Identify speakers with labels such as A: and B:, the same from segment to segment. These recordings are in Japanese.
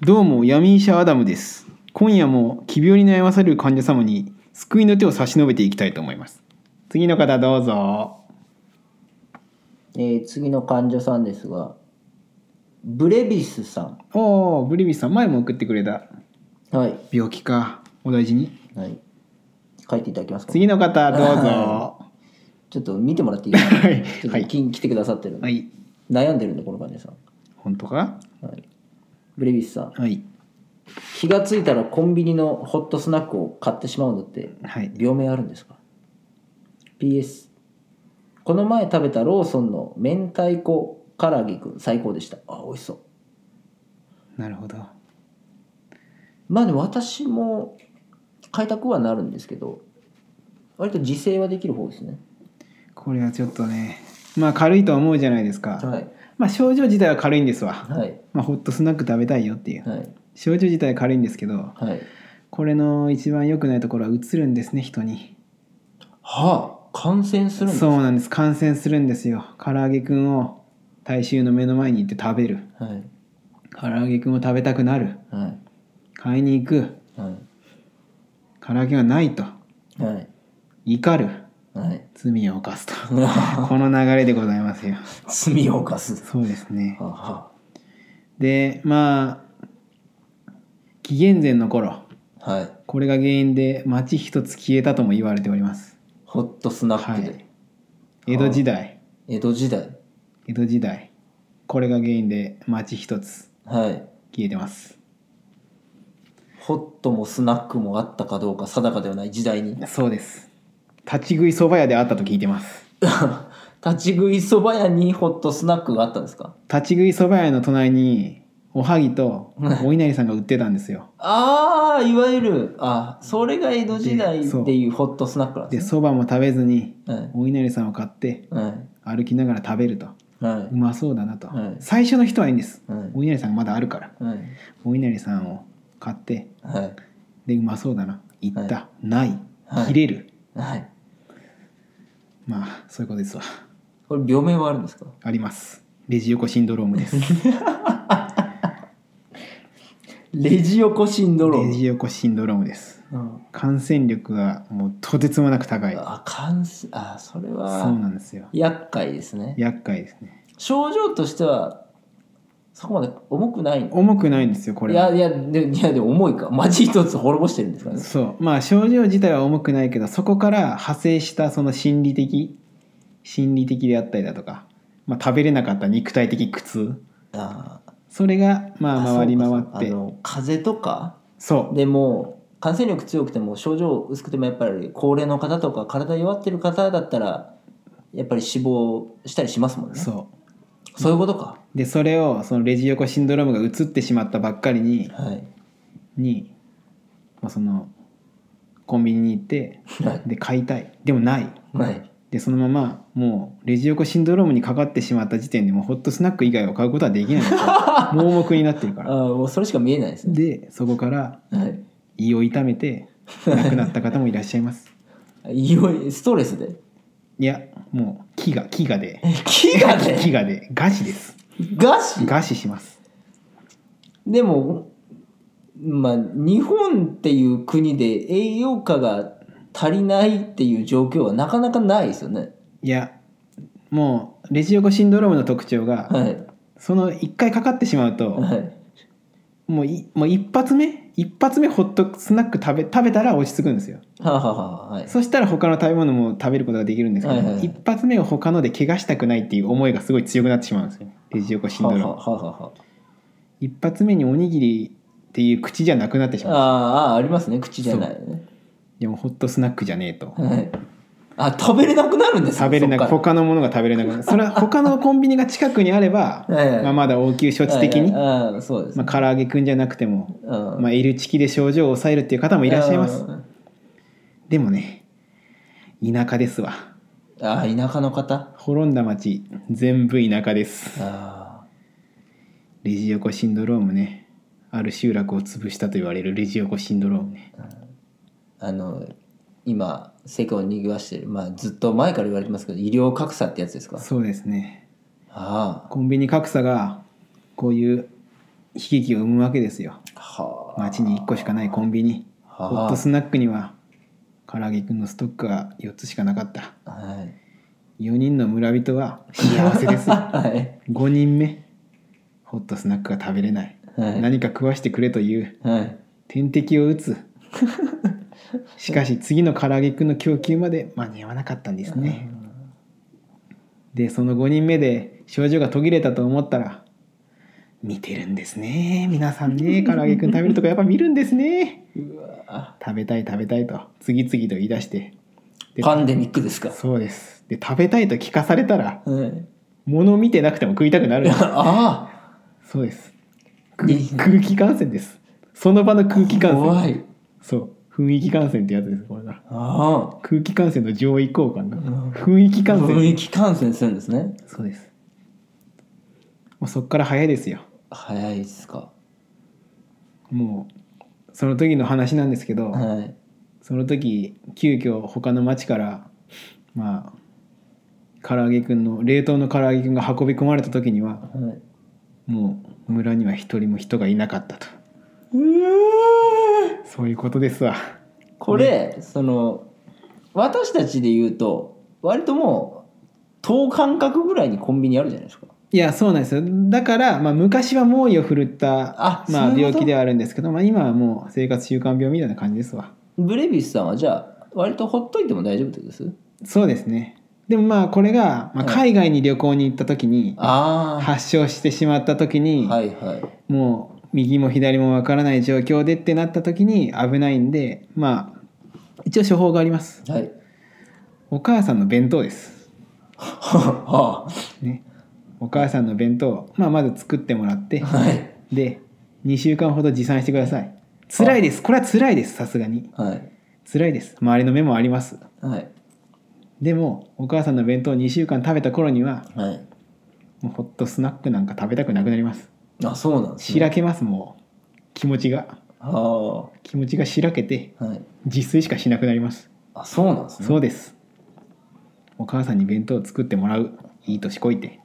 A: どうも闇医者アダムです今夜も奇病に悩まされる患者様に救いの手を差し伸べていきたいと思います次の方どうぞ
B: えー次の患者さんですがブレビスさん
A: おおブリビスさん前も送ってくれた
B: はい、
A: 病気かお大事に
B: はい、書いていただけますか
A: 次の方どうぞ
B: ちょっと見てもらっていいですか
A: はい
B: ちょっとき来てくださってる、
A: はい
B: 悩んでるんでこの患者さん、
A: 本当か
B: はい、ブレビスさん
A: はい
B: 気がついたらコンビニのホットスナックを買ってしまうのって
A: はい
B: 病名あるんですか PS この前食べたローソンの明太子唐揚げくん最高でしたあ美味しそう
A: なるほど
B: まあでも私も買いたくはなるんですけど割と自制はできる方ですね
A: これはちょっとねまあ軽いとは思うじゃないですか、
B: はい
A: まあ症状自体は軽いんですわ、
B: はい
A: まあ、ホットスナック食べたいよっていう、
B: はい
A: 症状自体は軽いんですけど
B: はい
A: これの一番良くないところはうつるんですね人に
B: はあ感染するんです
A: そ
B: は
A: うなんです感染するんですよ唐揚げくんを大衆の目の前に行って食べる
B: い
A: 唐揚げくんを食べたくなる
B: はい
A: 買いに行く
B: はい
A: 唐揚げがないと
B: はい
A: 怒る
B: はい
A: 罪を犯すとこの流れでございますよ
B: 罪を犯す
A: そうですね
B: はあは
A: でまあ紀元前の頃
B: あはい
A: これが原因で町一つ消えたとも言われております
B: ホットスナックで、
A: はい江戸時代
B: 江戸時代
A: 江戸時代これが原因で町一つ
B: はい
A: 消えてます
B: ホットもスナックもあったかどうか定かではない時代に 立
A: そうです立ち食いそば屋であったと聞いてます
B: ち食いそば屋にホットスナックがあったんですか
A: 立ち食いそば屋の隣におはぎとお稲荷さんが売ってたんですよ
B: ああいわゆるあそれが江戸時代
A: でそう
B: っていうホットスナックなん
A: で
B: です
A: そばも食べずに
B: ね
A: お稲荷さんを買って
B: はい
A: 歩きながら食べると
B: は
A: うまそうだなと、
B: はい
A: 最初の人はいいんです
B: いはい
A: お稲荷さんがまだあるから
B: はい
A: お稲荷さんを買って
B: はい
A: でうまそうだな行った、
B: は
A: ない
B: はい
A: 切れる、
B: はい
A: まあそういうことですわ
B: これ病名はあるんですか
A: ありますレジ横シンドロームです
B: レジ横シンドロー
A: レ
B: ム
A: ジ横シンドロームです
B: うん
A: 感染力がもうとてつもなく高いそう
B: あ関すあそれは
A: なんですよ
B: 厄介ですね
A: 厄介ですね
B: 症状としてはそこまで重くない
A: 重くないんですよこ
B: い
A: れ
B: やいやでいやでも重いかマジ一つ滅ぼしてるんですかね
A: そうまあ症状自体は重くないけどそこから派生したその心理的心理的であったりだとか、まあ、食べれなかった肉体的苦痛
B: あー
A: それがまあ
B: そうか
A: 回り回
B: そうか
A: っ
B: あ
A: て
B: の風邪とか
A: そう
B: でも感染力強くても症状薄くてもやっぱり高齢の方とか体弱ってる方だったらやっぱり死亡したりしますもんねそう
A: そ
B: いうことか
A: うでそれをそのレジ横シンドロームが移ってしまったばっかりに
B: はい
A: に、まあ、そのコンビニに行って
B: はい
A: で買いたいでもない
B: はい
A: でそのままもうレジ横シンドロームにかかってしまった時点でもうホットスナック以外を買うことはできないんですよ 盲目になってるか
B: あ
A: ら
B: ーもうそれしか見えないですね
A: でそこから
B: はい
A: 胃を痛めて亡くなった方もいらっしゃいます
B: いよいストレスで
A: いやもう飢餓飢餓で
B: え飢餓
A: 飢
B: で
A: 餓で餓死です
B: 餓死
A: 餓死します
B: でもまあ日本っていう国で栄養価が足りないっていう状況はなかなかないですよね
A: いやもうレジ横シンドロームの特徴が、
B: はい
A: その一回かかってしまうと
B: はい
A: もういもう一発目一発目ホットスナック食べ食べたら落ち着くんですよ
B: はあ、はあはあ、はい
A: そしたら他の食べ物も食べることができるんですけど、
B: はいはいはい
A: 一発目を他ので怪我したくないっていう思いがすごい強くなってしまうんですよレジ横シンドローム、
B: はあはあはあはあ
A: 一発目におにぎりっていう口じゃなくなってしまう
B: あーあーありますね口じゃないね
A: でもホットスナックじゃねえと
B: はいあ食べれなくなるんです
A: 食べれなく
B: く
A: 他のものが食べれなくな るそれは他のコンビニが近くにあれば
B: はいはい
A: まあまだ応急処置的に、
B: ああそうです
A: まあ、唐揚げくんじゃなくても、
B: うん
A: まあ、L チキで症状を抑えるっていう方もいらっしゃいます
B: あ
A: でもね田舎ですわ
B: あー田舎の方
A: 滅んだ町全部田舎です
B: あ
A: レジ横シンドロームねある集落を潰したと言われるレジ横シンドロームね
B: ーあの今世界を賑わしてるまあずっと前から言われてますけど医療格差ってやつですか
A: そうですね
B: あ
A: コンビニ格差がこういう悲劇を生むわけですよ
B: はあ
A: 街に1個しかないコンビニホッ
B: は
A: トスナックには唐揚げくんのストックが4つしかなかった
B: あはい
A: 4人の村人は幸せ です
B: はい
A: 5人目ホットスナックが食べれない
B: はい
A: 何か食わしてくれという
B: はい
A: 点滴を打つしかし次の唐揚げくんの供給まで間に合わなかったんですねでその5人目で症状が途切れたと思ったら見てるんですね皆さんね唐揚げくん食べるとかやっぱ見るんですね
B: うわ
A: 食べたい食べたいと次々と言い出してで
B: パンデミックですか、
A: そうですで食べたいと聞かされたら
B: はい、
A: 物を見てなくても食いたくなる
B: あ
A: そうです空空気感染ですその場の空気
B: あ
A: 感
B: 怖
A: 染
B: い
A: そう雰囲気感染ってやつですこれが
B: ああ
A: 空気感染の上位交換が
B: うん
A: 雰囲気感
B: 雰
A: 染
B: 囲気感染するんですね
A: そうですもうそっから早いですよ
B: 早いですか
A: もうその時の話なんですけど、
B: はい
A: その時急遽他の町からまあ唐揚げくんの冷凍の唐揚げくんが運び込まれた時には
B: はい
A: もう村には一人も人がいなかったとそういうことですわ
B: これ、その私たちで言うと割ともう等間隔ぐらいにコンビニあるじゃないですか
A: いやそうなんですよだから、まあ、昔は猛威を振るった
B: あ
A: ま
B: そ
A: あ、
B: ういうこと
A: 病気ではあるんですけど、まあ、今はもう生活習慣病みたいな感じですわ
B: ブレビスさんはじゃあ割とほっといても大丈夫ってことです
A: そうですねでもまあこれが、まあ、
B: はい
A: 海外に旅行に行った時に
B: ああ
A: 発症してしまった時に、
B: はいはい
A: もう右も左もわからない状況でってなった時に危ないんでまあ一応処方があります
B: はい
A: お母さんの弁当です、
B: は
A: ね、お母さんの弁当を、まあ、まず作ってもらって
B: あはい
A: で2週間ほど持参してください辛いですこれは辛いですさすがに
B: はい
A: 辛いです周りの目もあります
B: はい
A: でもお母さんの弁当を2週間食べた頃には
B: はい
A: もうホットスナックなんか食べたくなくなります
B: あそうなんです
A: し
B: ね
A: らけますもう気持ちが
B: ああは
A: 気持ちがしらけて
B: い
A: 自炊しかしなくなります
B: あそうなんですね
A: そうです。お母さんに弁当を作ってもらう。いい年こいて。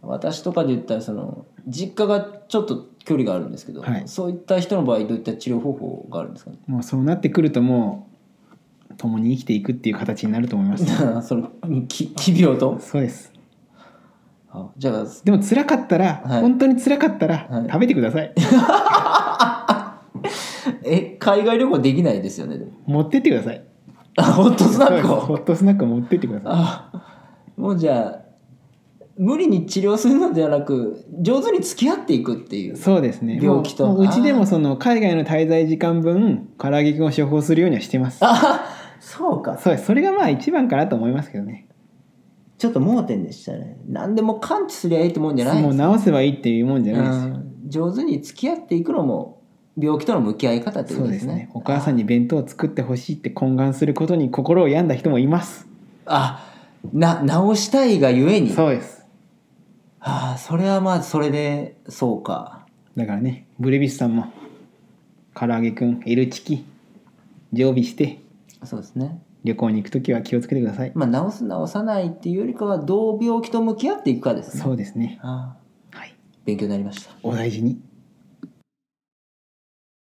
B: 私とかで言ったらその実家がちょっと距離があるんですけど、
A: はい
B: そういった人の場合どういった治療方法があるんですかね
A: もうそうなってくるともう共に生きていくっていう形になると思います。
B: そのき奇病と
A: そうです。
B: あじゃあ
A: でも辛かったら、
B: はい
A: 本当に辛かったら、
B: はい
A: 食べてください。
B: え海外旅行できないですよねで も
A: 持ってってください。
B: あホットスナック
A: そうですホ
B: を
A: ットスナックを持ってってくださ
B: あもうじゃあ無理に治療するのではなく上手に付き合っていくってい
A: い。
B: う
A: そうですね。
B: 病気と
A: もうもううちで
B: あ
A: も
B: ー
A: その海外の滞在時間分唐揚げくんを処方するようにはしてます。
B: あそうか
A: そうです。それがまあ一番かなと思いますけどね。
B: ちょっと盲点でしたね何でも完治すりゃいいってもんじゃない
A: もう治せばいいっていうもんじゃないですよ。
B: うん上手に付き合っていくのも病気との向き合い方という
A: そ
B: こ
A: う
B: と
A: で
B: ですす
A: ね
B: ね。
A: お母さんに弁当を作ってほしいって懇願することに心を病んだ人もいます。
B: あな直したいがゆえに
A: そうです。
B: ああそれはまあそれでそうか
A: だからね、ブレビスさんも、唐揚げくん、L チキ、常備して、
B: そうですね
A: 旅行に行くときは気をつけてください。
B: まあ直す直さないっていうよりかはどう病気と向き合っていくかですね
A: そうですね。
B: ああ
A: はい。
B: 勉強になりました
A: お大事に。